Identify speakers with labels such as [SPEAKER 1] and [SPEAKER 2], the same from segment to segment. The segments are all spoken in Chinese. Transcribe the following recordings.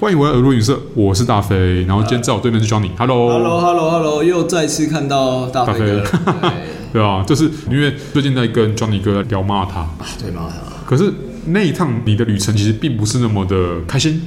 [SPEAKER 1] 欢迎回到耳朵语社，我是大飞，然后今天在我对面是 Johnny。
[SPEAKER 2] Hello Hello Hello，又再次看到大
[SPEAKER 1] 大
[SPEAKER 2] 飞
[SPEAKER 1] 飞
[SPEAKER 2] 哥了，
[SPEAKER 1] 对啊，就是因为最近在跟 Johnny 哥聊骂他，
[SPEAKER 2] 对吗？
[SPEAKER 1] 可是那一趟你的旅程其实并不是那么的开心，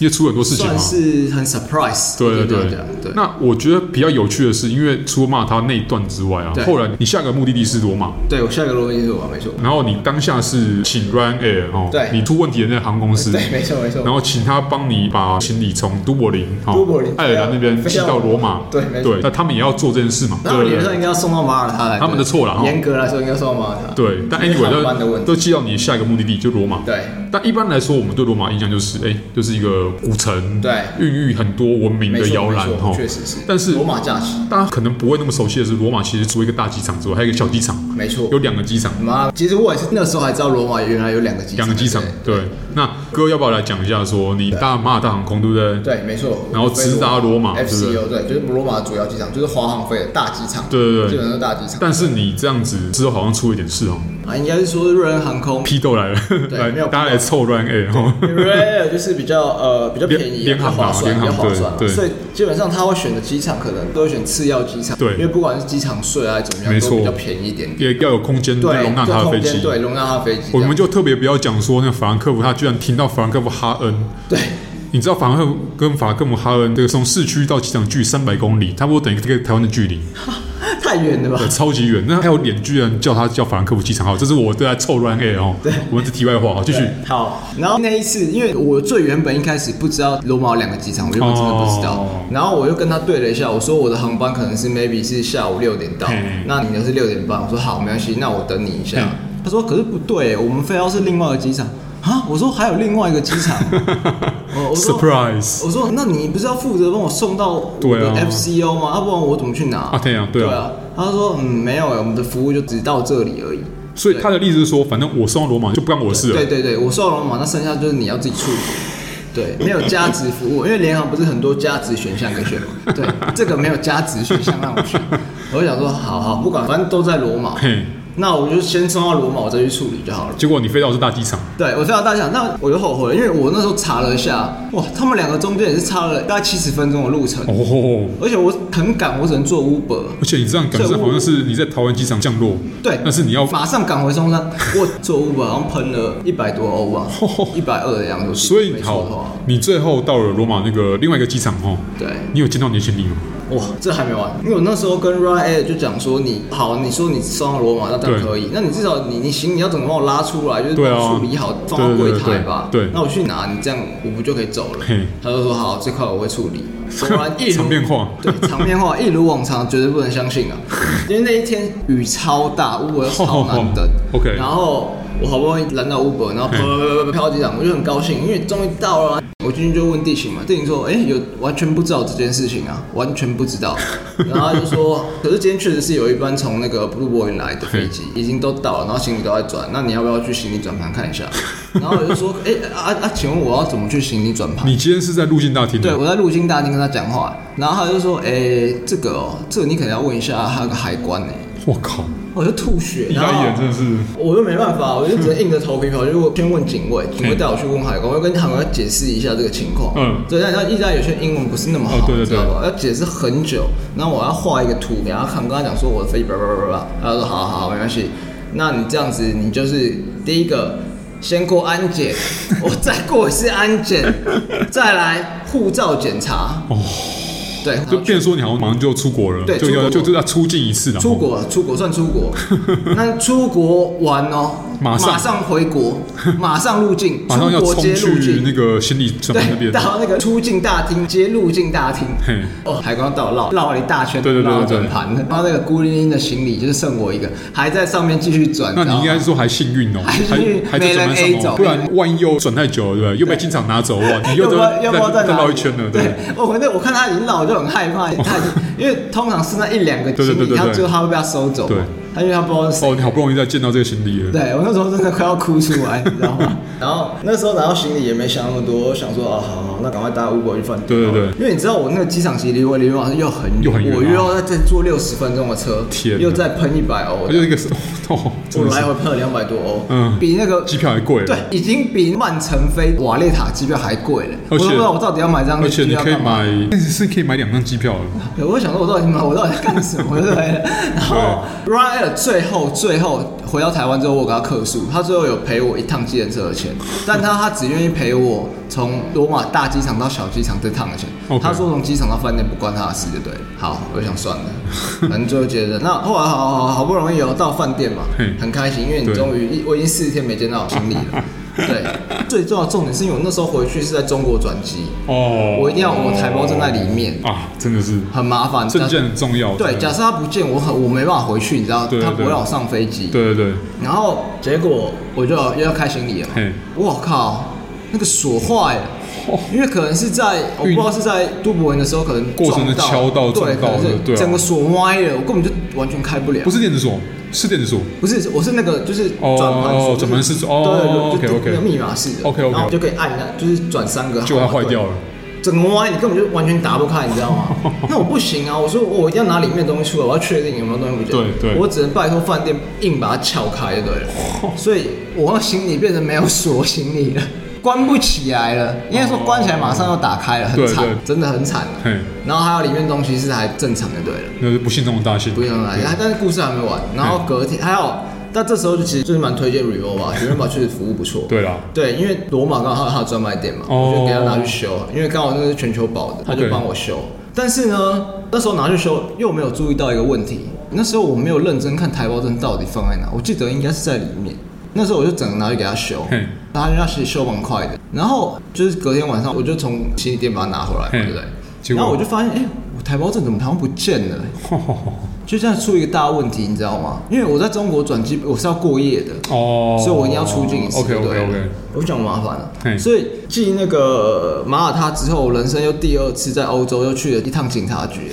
[SPEAKER 1] 因为出了很多事情
[SPEAKER 2] 算
[SPEAKER 1] 嘛。
[SPEAKER 2] 是很 surprise，
[SPEAKER 1] 对对
[SPEAKER 2] 对
[SPEAKER 1] 对
[SPEAKER 2] 对。
[SPEAKER 1] 那我觉得比较有趣的是，因为除了骂他那一段之外啊，
[SPEAKER 2] 对
[SPEAKER 1] 后来你下个目的地是罗马，
[SPEAKER 2] 对我下一个录音是我没错，
[SPEAKER 1] 然后你当下是请 Ryanair 哦，
[SPEAKER 2] 对
[SPEAKER 1] 你出问题的那航空公司，
[SPEAKER 2] 对，没错没错
[SPEAKER 1] 然，后请他帮你把行李从都柏林、哈
[SPEAKER 2] 都柏林啊
[SPEAKER 1] 爱尔兰那边寄到罗马。
[SPEAKER 2] 对没错
[SPEAKER 1] 对，那他们也要做这件事嘛？
[SPEAKER 2] 然后
[SPEAKER 1] 对
[SPEAKER 2] 理
[SPEAKER 1] 对
[SPEAKER 2] 论上应
[SPEAKER 1] 对。
[SPEAKER 2] 该要送到马耳他来，
[SPEAKER 1] 他们的错了哈
[SPEAKER 2] 严格来说应该送到马耳他。
[SPEAKER 1] 对，但
[SPEAKER 2] 因为
[SPEAKER 1] anyway
[SPEAKER 2] 航班的问
[SPEAKER 1] 都
[SPEAKER 2] 题，
[SPEAKER 1] 都寄到你下一个目的地就罗马。
[SPEAKER 2] 对
[SPEAKER 1] 但一般来说，我们对罗马印象就是，哎、就是一个古城，
[SPEAKER 2] 对
[SPEAKER 1] 孕育很多文明
[SPEAKER 2] 没
[SPEAKER 1] 的
[SPEAKER 2] 错
[SPEAKER 1] 摇篮
[SPEAKER 2] 没
[SPEAKER 1] 哈
[SPEAKER 2] 错，。确实是。
[SPEAKER 1] 但是
[SPEAKER 2] 罗马假期，
[SPEAKER 1] 大家可能不会那么熟悉的是，罗马其实除了一个大机场之外，还有一个小机场，
[SPEAKER 2] 没错
[SPEAKER 1] 有。两个机场，
[SPEAKER 2] 妈，其实我也是那时候还知道罗马原来有两个机场，
[SPEAKER 1] 两个机场。对，那哥要不要来讲一下说你搭马尔大航空，对不对？
[SPEAKER 2] 对，没错。
[SPEAKER 1] 然后直达罗马对不
[SPEAKER 2] FCO 对，就是罗马的主要机场，就是华航飞的大机场，
[SPEAKER 1] 对对对
[SPEAKER 2] 基本上是大机场。
[SPEAKER 1] 但是你这样子之后好像出了一点事哦，
[SPEAKER 2] 啊，应该是说瑞安航空，
[SPEAKER 1] 批斗来了，来
[SPEAKER 2] 没有批斗
[SPEAKER 1] 大家来凑乱 A 哦。
[SPEAKER 2] 瑞安就是比较呃比较便宜，
[SPEAKER 1] 联联
[SPEAKER 2] 比较
[SPEAKER 1] 航
[SPEAKER 2] 划
[SPEAKER 1] 嘛
[SPEAKER 2] 算，
[SPEAKER 1] 联
[SPEAKER 2] 比
[SPEAKER 1] 航
[SPEAKER 2] 较划算嘛
[SPEAKER 1] 对对
[SPEAKER 2] 所以基本上他会选的机场可能都会选次要机场，
[SPEAKER 1] 对
[SPEAKER 2] 因为不管是机场税啊怎么
[SPEAKER 1] 没
[SPEAKER 2] 样，
[SPEAKER 1] 错
[SPEAKER 2] 都比较便宜一点点。
[SPEAKER 1] 也要有空间
[SPEAKER 2] 对，
[SPEAKER 1] 再容纳他的飞
[SPEAKER 2] 就空间
[SPEAKER 1] 机。
[SPEAKER 2] 对，容纳他的飞机这样。
[SPEAKER 1] 我们就特别不要讲说那个法兰克福，他居然停到法兰克福哈恩。
[SPEAKER 2] 对
[SPEAKER 1] 你知道法兰克福跟法兰克福哈恩这个从市区到机场距三百公里，差不多等于这个台湾的距离，
[SPEAKER 2] 太远了吧
[SPEAKER 1] 呃，？超级远。那还有脸居然叫他叫法兰克福机场，好，这是我对他凑乱 A 哦。对，我们是题外嗯话，好，继续。
[SPEAKER 2] 好，然后那一次，因为我最原本一开始不知道罗马有两个机场，我原本真的不知道。
[SPEAKER 1] 哦
[SPEAKER 2] 然后我又跟他对了一下，我说我的航班可能是 maybe 是下午六点到
[SPEAKER 1] 嘿嗯嘿，
[SPEAKER 2] 那你的是六点半。我说好，没关系，那我等你一
[SPEAKER 1] 嘿
[SPEAKER 2] 下。他说可是不对，我们飞到是另外一个机场啊。我说还有另外一个机 场。哦我我说
[SPEAKER 1] Surprise！
[SPEAKER 2] 我说那你不是要负责帮我送到我
[SPEAKER 1] 对
[SPEAKER 2] 的
[SPEAKER 1] 啊
[SPEAKER 2] FCO 吗？要、不然我怎么去拿？
[SPEAKER 1] 啊对啊对啊
[SPEAKER 2] 他说嗯没有，我们的服务就只到这里而已。
[SPEAKER 1] 所以他的例子是说，反正我送到罗马就不干我的事
[SPEAKER 2] 对
[SPEAKER 1] 了。
[SPEAKER 2] 对对，我受了嘛，那剩下就是你要自己处理。 对，没有价值服务，因为联航不是很多价值选项可以选嘛。对，这个没有价值选项让我选，我就想说，好好不管，反正都在罗马，
[SPEAKER 1] 嘿，
[SPEAKER 2] 那我就先送到罗马，我再去处理就好了。
[SPEAKER 1] 结果你飞到的是大机场，
[SPEAKER 2] 对我非常大想，那我就后悔了，因为我那时候查了一下，哇，他们两个中间也是差了大概七十分钟的路程，
[SPEAKER 1] 哦，
[SPEAKER 2] 而且我很赶，我只能坐 Uber。
[SPEAKER 1] 而且你这样感
[SPEAKER 2] 所
[SPEAKER 1] 觉
[SPEAKER 2] 以我
[SPEAKER 1] 好像是你在桃园机场降落，
[SPEAKER 2] 对，
[SPEAKER 1] 但是你要
[SPEAKER 2] 马上赶回松山，我坐 Uber 好像喷了一百多欧 吧，一百二的样子，
[SPEAKER 1] 所以
[SPEAKER 2] 没错的话
[SPEAKER 1] 好，你最后到了罗马那个另外一个机场哦，
[SPEAKER 2] 对。
[SPEAKER 1] 你有见到你的行李吗？
[SPEAKER 2] 哇，这还没完，因为我那时候跟 Ryan Air 就讲说你，好，你说你送到罗马，那当然
[SPEAKER 1] 对
[SPEAKER 2] 可以，那你至少你你行李要整个帮我拉出来，就是
[SPEAKER 1] 对啊
[SPEAKER 2] 帮我处理好，放到
[SPEAKER 1] 对对
[SPEAKER 2] 柜
[SPEAKER 1] 对
[SPEAKER 2] 台吧。
[SPEAKER 1] 对对
[SPEAKER 2] 那我去拿，你这样我不就可以走了
[SPEAKER 1] 嘿？
[SPEAKER 2] 他就说好，这块我会处理。果然一 如
[SPEAKER 1] 场面化
[SPEAKER 2] 对，场面化 一如往常，绝对不能相信啊！因为那一天雨超大，乌尔超难 等
[SPEAKER 1] 哦 OK
[SPEAKER 2] 然后我好不容易拦到 Uber，然后
[SPEAKER 1] 嘿
[SPEAKER 2] 啪啪啪啪啪飘到机场，我就很高兴，因为终于到了啊。我进去就问地勤嘛，地勤说：“哎、有完全不知道这件事情啊，完全不知 道。”然后他就说：“可是今天确实是有一班从那个 Blue Boy 来的飞机，已经都到了，然后行李都在转，那你要不要去行李转盘看一下？”然后我就说：“哎、啊啊，请问我要怎么去行李转盘？”
[SPEAKER 1] 你今天是在入境大厅
[SPEAKER 2] 对，
[SPEAKER 1] 的，
[SPEAKER 2] 我在入境大厅跟他讲话，然后他就说：“哎、这个哦，这个你可能要问一下他有个海关呢、
[SPEAKER 1] 我靠，
[SPEAKER 2] 我就吐血，
[SPEAKER 1] 一
[SPEAKER 2] 然
[SPEAKER 1] 开
[SPEAKER 2] 后
[SPEAKER 1] 眼真的是，
[SPEAKER 2] 我又没办法，我就只能硬着头皮跑去问先问警卫，警卫带我去问海关，我要跟海关解释一下这个情况。
[SPEAKER 1] 嗯
[SPEAKER 2] 对，但像意大利有些英文不是那么好，
[SPEAKER 1] 哦对对
[SPEAKER 2] 知道吧？要解释很久，然后我要画一个图给他看，跟他讲说我的飞机叭叭叭叭叭，他就说好好好，没关系。那你这样子，你就是第一个先过安检，我再过一次安检，再来护照检查。哦，对，然后
[SPEAKER 1] 就变说你好像马上就出国了，
[SPEAKER 2] 对
[SPEAKER 1] 就要
[SPEAKER 2] 出国
[SPEAKER 1] 就就要出境一次了，
[SPEAKER 2] 啊出国，出国算出 国。那出国玩哦，
[SPEAKER 1] 马上
[SPEAKER 2] 回 国，马上入境，
[SPEAKER 1] 马上要
[SPEAKER 2] 出国
[SPEAKER 1] 冲
[SPEAKER 2] 接入
[SPEAKER 1] 去那
[SPEAKER 2] 境。
[SPEAKER 1] 个行李转盘那
[SPEAKER 2] 对，
[SPEAKER 1] 边，
[SPEAKER 2] 到那个出境大厅接入境大厅
[SPEAKER 1] 嘿，
[SPEAKER 2] 哦，海关到绕绕了一大圈，
[SPEAKER 1] 对对对
[SPEAKER 2] 绕
[SPEAKER 1] 对对
[SPEAKER 2] 整盘，然后那个孤零零的行李就是剩我一个，还在上面继续转。
[SPEAKER 1] 那你
[SPEAKER 2] 知道
[SPEAKER 1] 应
[SPEAKER 2] 吗
[SPEAKER 1] 该是说还幸运哦，
[SPEAKER 2] 还
[SPEAKER 1] 还
[SPEAKER 2] 幸运
[SPEAKER 1] 还在转
[SPEAKER 2] 没
[SPEAKER 1] 盘
[SPEAKER 2] 人 A
[SPEAKER 1] 上哦，
[SPEAKER 2] 走
[SPEAKER 1] 不然万一又转太久了，对不对？又被机场拿走哇，你
[SPEAKER 2] 要
[SPEAKER 1] 又
[SPEAKER 2] 不
[SPEAKER 1] 再
[SPEAKER 2] 要要不要
[SPEAKER 1] 再
[SPEAKER 2] 再
[SPEAKER 1] 绕
[SPEAKER 2] 拿
[SPEAKER 1] 一圈了，
[SPEAKER 2] 对
[SPEAKER 1] 对。，
[SPEAKER 2] 我反正我看他已经绕，我就很害怕，他已经因为通常是那一两个
[SPEAKER 1] 对对
[SPEAKER 2] 行
[SPEAKER 1] 对对
[SPEAKER 2] 李，他
[SPEAKER 1] 对
[SPEAKER 2] 最后他会被他收走嘛
[SPEAKER 1] 对，
[SPEAKER 2] 他因为他不知道是谁
[SPEAKER 1] 哦，你好不容易再见到这个行李了，
[SPEAKER 2] 对我 那时候真的快要哭出来，你知道吗？然后那时候拿到行李也没想那么多，想说啊，好好好，那赶快搭 Uber 去饭店。
[SPEAKER 1] 对对对
[SPEAKER 2] 因为你知道我那个机场其实离我离我好像又很
[SPEAKER 1] 又很远啊
[SPEAKER 2] 我又要再坐六十分钟的车，
[SPEAKER 1] 天哪哎
[SPEAKER 2] 又再喷一百欧
[SPEAKER 1] 它，就一个是 哦，真
[SPEAKER 2] 我
[SPEAKER 1] 的
[SPEAKER 2] 来
[SPEAKER 1] 是
[SPEAKER 2] 回喷了两百多欧，
[SPEAKER 1] 嗯
[SPEAKER 2] 比那个
[SPEAKER 1] 机票还贵哦了
[SPEAKER 2] 对，已经比曼城飞瓦列塔机票还贵了。
[SPEAKER 1] 而
[SPEAKER 2] 我
[SPEAKER 1] 且
[SPEAKER 2] 都不知道我到底要买这张
[SPEAKER 1] 而且
[SPEAKER 2] 机
[SPEAKER 1] 你
[SPEAKER 2] 票
[SPEAKER 1] 可以
[SPEAKER 2] 干嘛。
[SPEAKER 1] 买，但是是可以买两张机票的。
[SPEAKER 2] 对我想说，我到底买，我到底在干什么？对不对。然后 Ryan 最后最后回到台湾之后，我给他客诉，他最后有赔我一趟计程车的钱，但他他只愿意赔我从罗马大机场到小机场这趟的钱。
[SPEAKER 1] OK
[SPEAKER 2] 他说从机场到饭店不关他的事，就对了。好，我就 想算了，反正最后觉得那后来好啊好好好不容易有到饭店嘛
[SPEAKER 1] 嘿，
[SPEAKER 2] 很开心，因为你
[SPEAKER 1] 对
[SPEAKER 2] 终于。于我已经四天没见到行李 了。对，最重要的重点是因为我那时候回去是在中国转机，
[SPEAKER 1] 哦，
[SPEAKER 2] 我一定要我台胞证在里面，
[SPEAKER 1] 啊，真的是
[SPEAKER 2] 很麻烦。
[SPEAKER 1] 证件很重要。
[SPEAKER 2] 对，
[SPEAKER 1] 真的
[SPEAKER 2] 假设他不见我，很我没办法回去，你知道，
[SPEAKER 1] 哦对对
[SPEAKER 2] 他不会让我上飞机。
[SPEAKER 1] 对对对，
[SPEAKER 2] 然后结果我就又要开行李了嘛
[SPEAKER 1] 嘿，
[SPEAKER 2] 我靠，那个锁坏了
[SPEAKER 1] 哦。
[SPEAKER 2] 因为可能是在我不知道是在都柏林的时候，可能
[SPEAKER 1] 过程的
[SPEAKER 2] 撞
[SPEAKER 1] 敲到
[SPEAKER 2] 对，
[SPEAKER 1] 撞到
[SPEAKER 2] 可能
[SPEAKER 1] 了对
[SPEAKER 2] 是
[SPEAKER 1] 啊
[SPEAKER 2] 整个锁歪了，我根本就完全开不了
[SPEAKER 1] 不。是电子锁，是电子锁。
[SPEAKER 2] 不是，我是那个就是
[SPEAKER 1] 哦
[SPEAKER 2] 转盘
[SPEAKER 1] 哦
[SPEAKER 2] 式，
[SPEAKER 1] 转盘式
[SPEAKER 2] 就是
[SPEAKER 1] 哦
[SPEAKER 2] 对对对
[SPEAKER 1] OK，OK
[SPEAKER 2] 就那个密码式的
[SPEAKER 1] OK，OK
[SPEAKER 2] 然后就可以按一下，就是转三个，
[SPEAKER 1] 结果它坏掉了，
[SPEAKER 2] 整个歪，你根本就完全打不开，你知道吗？ 那我不行啊，我说我一定要拿里面的东西出来，我要确定有没有东西不见，
[SPEAKER 1] 对哦对
[SPEAKER 2] 我只能拜托饭店硬把它撬开就对了，所以我的行李变成没有锁行李了。 关不起来了，应该说关起来马上要打开了，很
[SPEAKER 1] 哦对
[SPEAKER 2] 惨
[SPEAKER 1] 对，
[SPEAKER 2] 真的很惨。
[SPEAKER 1] 嘿，
[SPEAKER 2] 然后还有里面东西是还正常的，对了。
[SPEAKER 1] 那是不幸中的大幸。
[SPEAKER 2] 不用啊来，
[SPEAKER 1] 对
[SPEAKER 2] 但是故事还没完。然后隔天还有，但这时候就其实就是蛮推荐 Renova，觉得 Renova 确实服务不错。
[SPEAKER 1] 对啦，
[SPEAKER 2] 对，因为罗马刚好有它的专卖店嘛，
[SPEAKER 1] 哦
[SPEAKER 2] 我就给他拿去修，因为刚好那是全球保的，他就
[SPEAKER 1] OK
[SPEAKER 2] 帮我修。但是呢，那时候拿去修又没有注意到一个问题，那时候我没有认真看台胞证到底放在哪，我记得应该是在里面。那时候我就整个拿去给他修
[SPEAKER 1] 嘿，
[SPEAKER 2] 他他其实修蛮快的。然后就是隔天晚上，我就从行李店把它拿回来嘛，
[SPEAKER 1] 嘿
[SPEAKER 2] 对不
[SPEAKER 1] 结
[SPEAKER 2] 对？
[SPEAKER 1] 果
[SPEAKER 2] 然后我就发现，哎、我台胞证怎么好像不见了、就这样出一个大问题，你知道吗？因为我在中国转机，我是要过夜的，
[SPEAKER 1] 哦，
[SPEAKER 2] 所以我一定要出境一次。
[SPEAKER 1] OK OK
[SPEAKER 2] 对
[SPEAKER 1] OK，
[SPEAKER 2] 我讲麻烦
[SPEAKER 1] 嘿
[SPEAKER 2] 了。所以继那个马耳他之后，我人生又第二次在欧洲又去了一趟警察 局。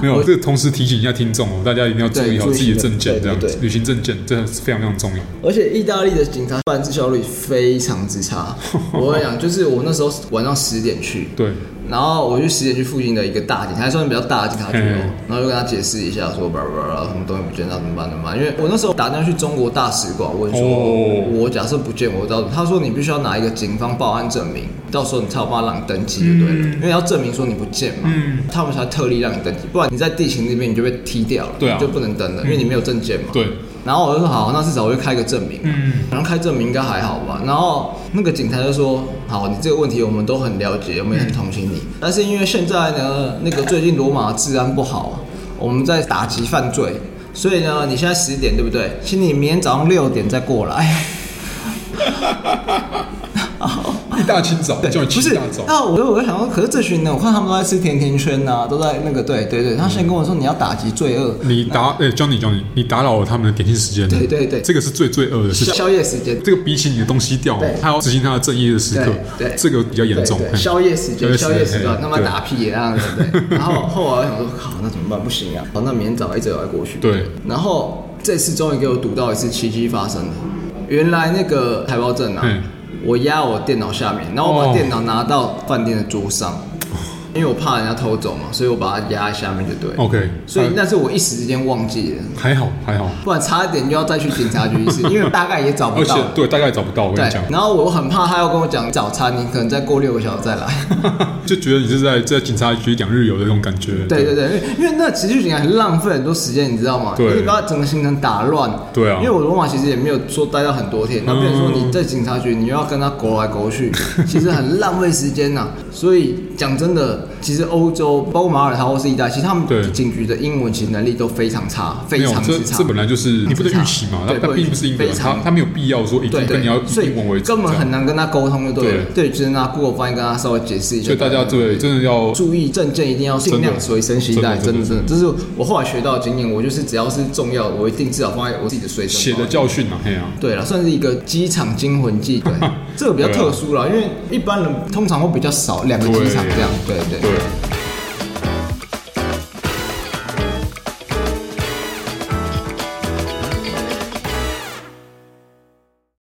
[SPEAKER 1] 没有，
[SPEAKER 2] 我
[SPEAKER 1] 这个同时提醒一下听众哦，大家一定要注意好
[SPEAKER 2] 对注意
[SPEAKER 1] 自己的证件，
[SPEAKER 2] 对
[SPEAKER 1] 这样
[SPEAKER 2] 对
[SPEAKER 1] 子
[SPEAKER 2] 对
[SPEAKER 1] 旅行证件这是非常非常重要。
[SPEAKER 2] 而且意大利的警察办事效率非常之 差。我跟你讲，就是我那时候晚上十点去，
[SPEAKER 1] 对，
[SPEAKER 2] 然后我去十点去附近的一个大警察，还算比较大的警察局
[SPEAKER 1] 嘿
[SPEAKER 2] 哦，然后就跟他解释一下说，叭叭叭，什么东西不见，那怎么办？怎么办？因为我那时候打电话去中国大使馆问说，
[SPEAKER 1] 哦
[SPEAKER 2] 我假设不见，我到底他说你必须要拿一个警方报案证明，到时候你才有办法让你登记，就对了，
[SPEAKER 1] 嗯
[SPEAKER 2] 因为要证明说你不见嘛，他们才特例让你登记，不然你在地勤那边你就被踢掉了，
[SPEAKER 1] 对啊
[SPEAKER 2] 你就不能登了，因为你没有证件嘛。
[SPEAKER 1] 对。
[SPEAKER 2] 然后我就说好，那至少我就开个证明，
[SPEAKER 1] 嗯，
[SPEAKER 2] 然后开证明应该还好吧？然后那个警察就说：“好，你这个问题我们都很了解，我们也很同情你。
[SPEAKER 1] 嗯
[SPEAKER 2] 但是因为现在呢，那个最近罗马治安不好啊，我们在打击犯罪，所以呢，你现在十点对不对？请你明天早上六点再过来。
[SPEAKER 1] 一大清早
[SPEAKER 2] 对，
[SPEAKER 1] 叫你
[SPEAKER 2] 不
[SPEAKER 1] 起
[SPEAKER 2] 是
[SPEAKER 1] 一大早，，
[SPEAKER 2] 那我就我就想说，可是这群人，我看他们都在吃甜甜圈呐、都在那个对对对。他现在跟我说你要打击罪恶，
[SPEAKER 1] 你打哎，Johnny Johnny，你打扰了他们的点心时间，
[SPEAKER 2] 对对对
[SPEAKER 1] 这个是最罪恶的事情。
[SPEAKER 2] 宵夜时间。”
[SPEAKER 1] 这个比起你的东西掉
[SPEAKER 2] 对，
[SPEAKER 1] 他要执行他的正义的时刻，
[SPEAKER 2] 对对
[SPEAKER 1] 这个比较严重
[SPEAKER 2] 对。对
[SPEAKER 1] 嘿
[SPEAKER 2] 宵夜时 间，宵夜时段，
[SPEAKER 1] 嘿
[SPEAKER 2] 他妈
[SPEAKER 1] 对
[SPEAKER 2] 打屁也让人对。然后后来我想说，靠，那怎么办？不行啊！好，那明天早上一直要过去。
[SPEAKER 1] 对。
[SPEAKER 2] 然后这次终于给我赌到一次奇迹发生了。原来那个台胞证啊
[SPEAKER 1] 嗯，
[SPEAKER 2] 我压我电脑下面，然后我
[SPEAKER 1] 哦
[SPEAKER 2] 把电脑拿到饭店的桌上，因为我怕人家偷走嘛，所以我把它压在下面就对了。
[SPEAKER 1] OK，
[SPEAKER 2] 所以
[SPEAKER 1] 还
[SPEAKER 2] 但是我一时之间忘记了，
[SPEAKER 1] 还好还好，
[SPEAKER 2] 不然差一点就要再去警察局一次，因为大概也找不
[SPEAKER 1] 而
[SPEAKER 2] 到
[SPEAKER 1] 且
[SPEAKER 2] 了。
[SPEAKER 1] 对大概找不到，我跟
[SPEAKER 2] 对
[SPEAKER 1] 你讲，，
[SPEAKER 2] 然后我很怕他要跟我讲早餐，你可能再过六个小时 再来。
[SPEAKER 1] 就觉得你是在在警察局两日游的那种感觉。
[SPEAKER 2] 对对对，因为因为那持续警察很浪费很多时间，你知道吗？
[SPEAKER 1] 对
[SPEAKER 2] 因为你把整个行程打乱。
[SPEAKER 1] 对啊嗯
[SPEAKER 2] 因为我罗马其实也没有说待到很多天，那变成说你在警察局，你又要跟他勾来勾去， 其实很浪费时间呐、所以讲真的，其实欧洲包括马耳他或是意大利，其实他们
[SPEAKER 1] 对
[SPEAKER 2] 警局的英文其实能力都非常差，非
[SPEAKER 1] 没有
[SPEAKER 2] 常，
[SPEAKER 1] 这
[SPEAKER 2] 之差。
[SPEAKER 1] 这本来就是你不能预期嘛，但
[SPEAKER 2] 对
[SPEAKER 1] 但
[SPEAKER 2] 不能
[SPEAKER 1] 并不是因为
[SPEAKER 2] 非常
[SPEAKER 1] 他他没有必要说一
[SPEAKER 2] 对
[SPEAKER 1] 定跟你要以
[SPEAKER 2] 所以
[SPEAKER 1] 英文为主，
[SPEAKER 2] 根本很难跟他沟通，就对了。对，只能拿 Google 翻译跟他稍微解释一下。
[SPEAKER 1] 这样。所以大家对真的要
[SPEAKER 2] 注意证件一定要尽量随身携带，
[SPEAKER 1] 真
[SPEAKER 2] 真
[SPEAKER 1] 的
[SPEAKER 2] 的
[SPEAKER 1] 真
[SPEAKER 2] 真
[SPEAKER 1] 的
[SPEAKER 2] 的，这是我后来学到的经验。我就是只要是重要的，我一定至少放在我自己的随身
[SPEAKER 1] 写
[SPEAKER 2] 包。
[SPEAKER 1] 的教训啊，嘿啊，
[SPEAKER 2] 对了，算是一个机场惊 魂记，对，这个比较特殊啦，因为一般人通常会比较少两个机场这样，对对。
[SPEAKER 1] 对。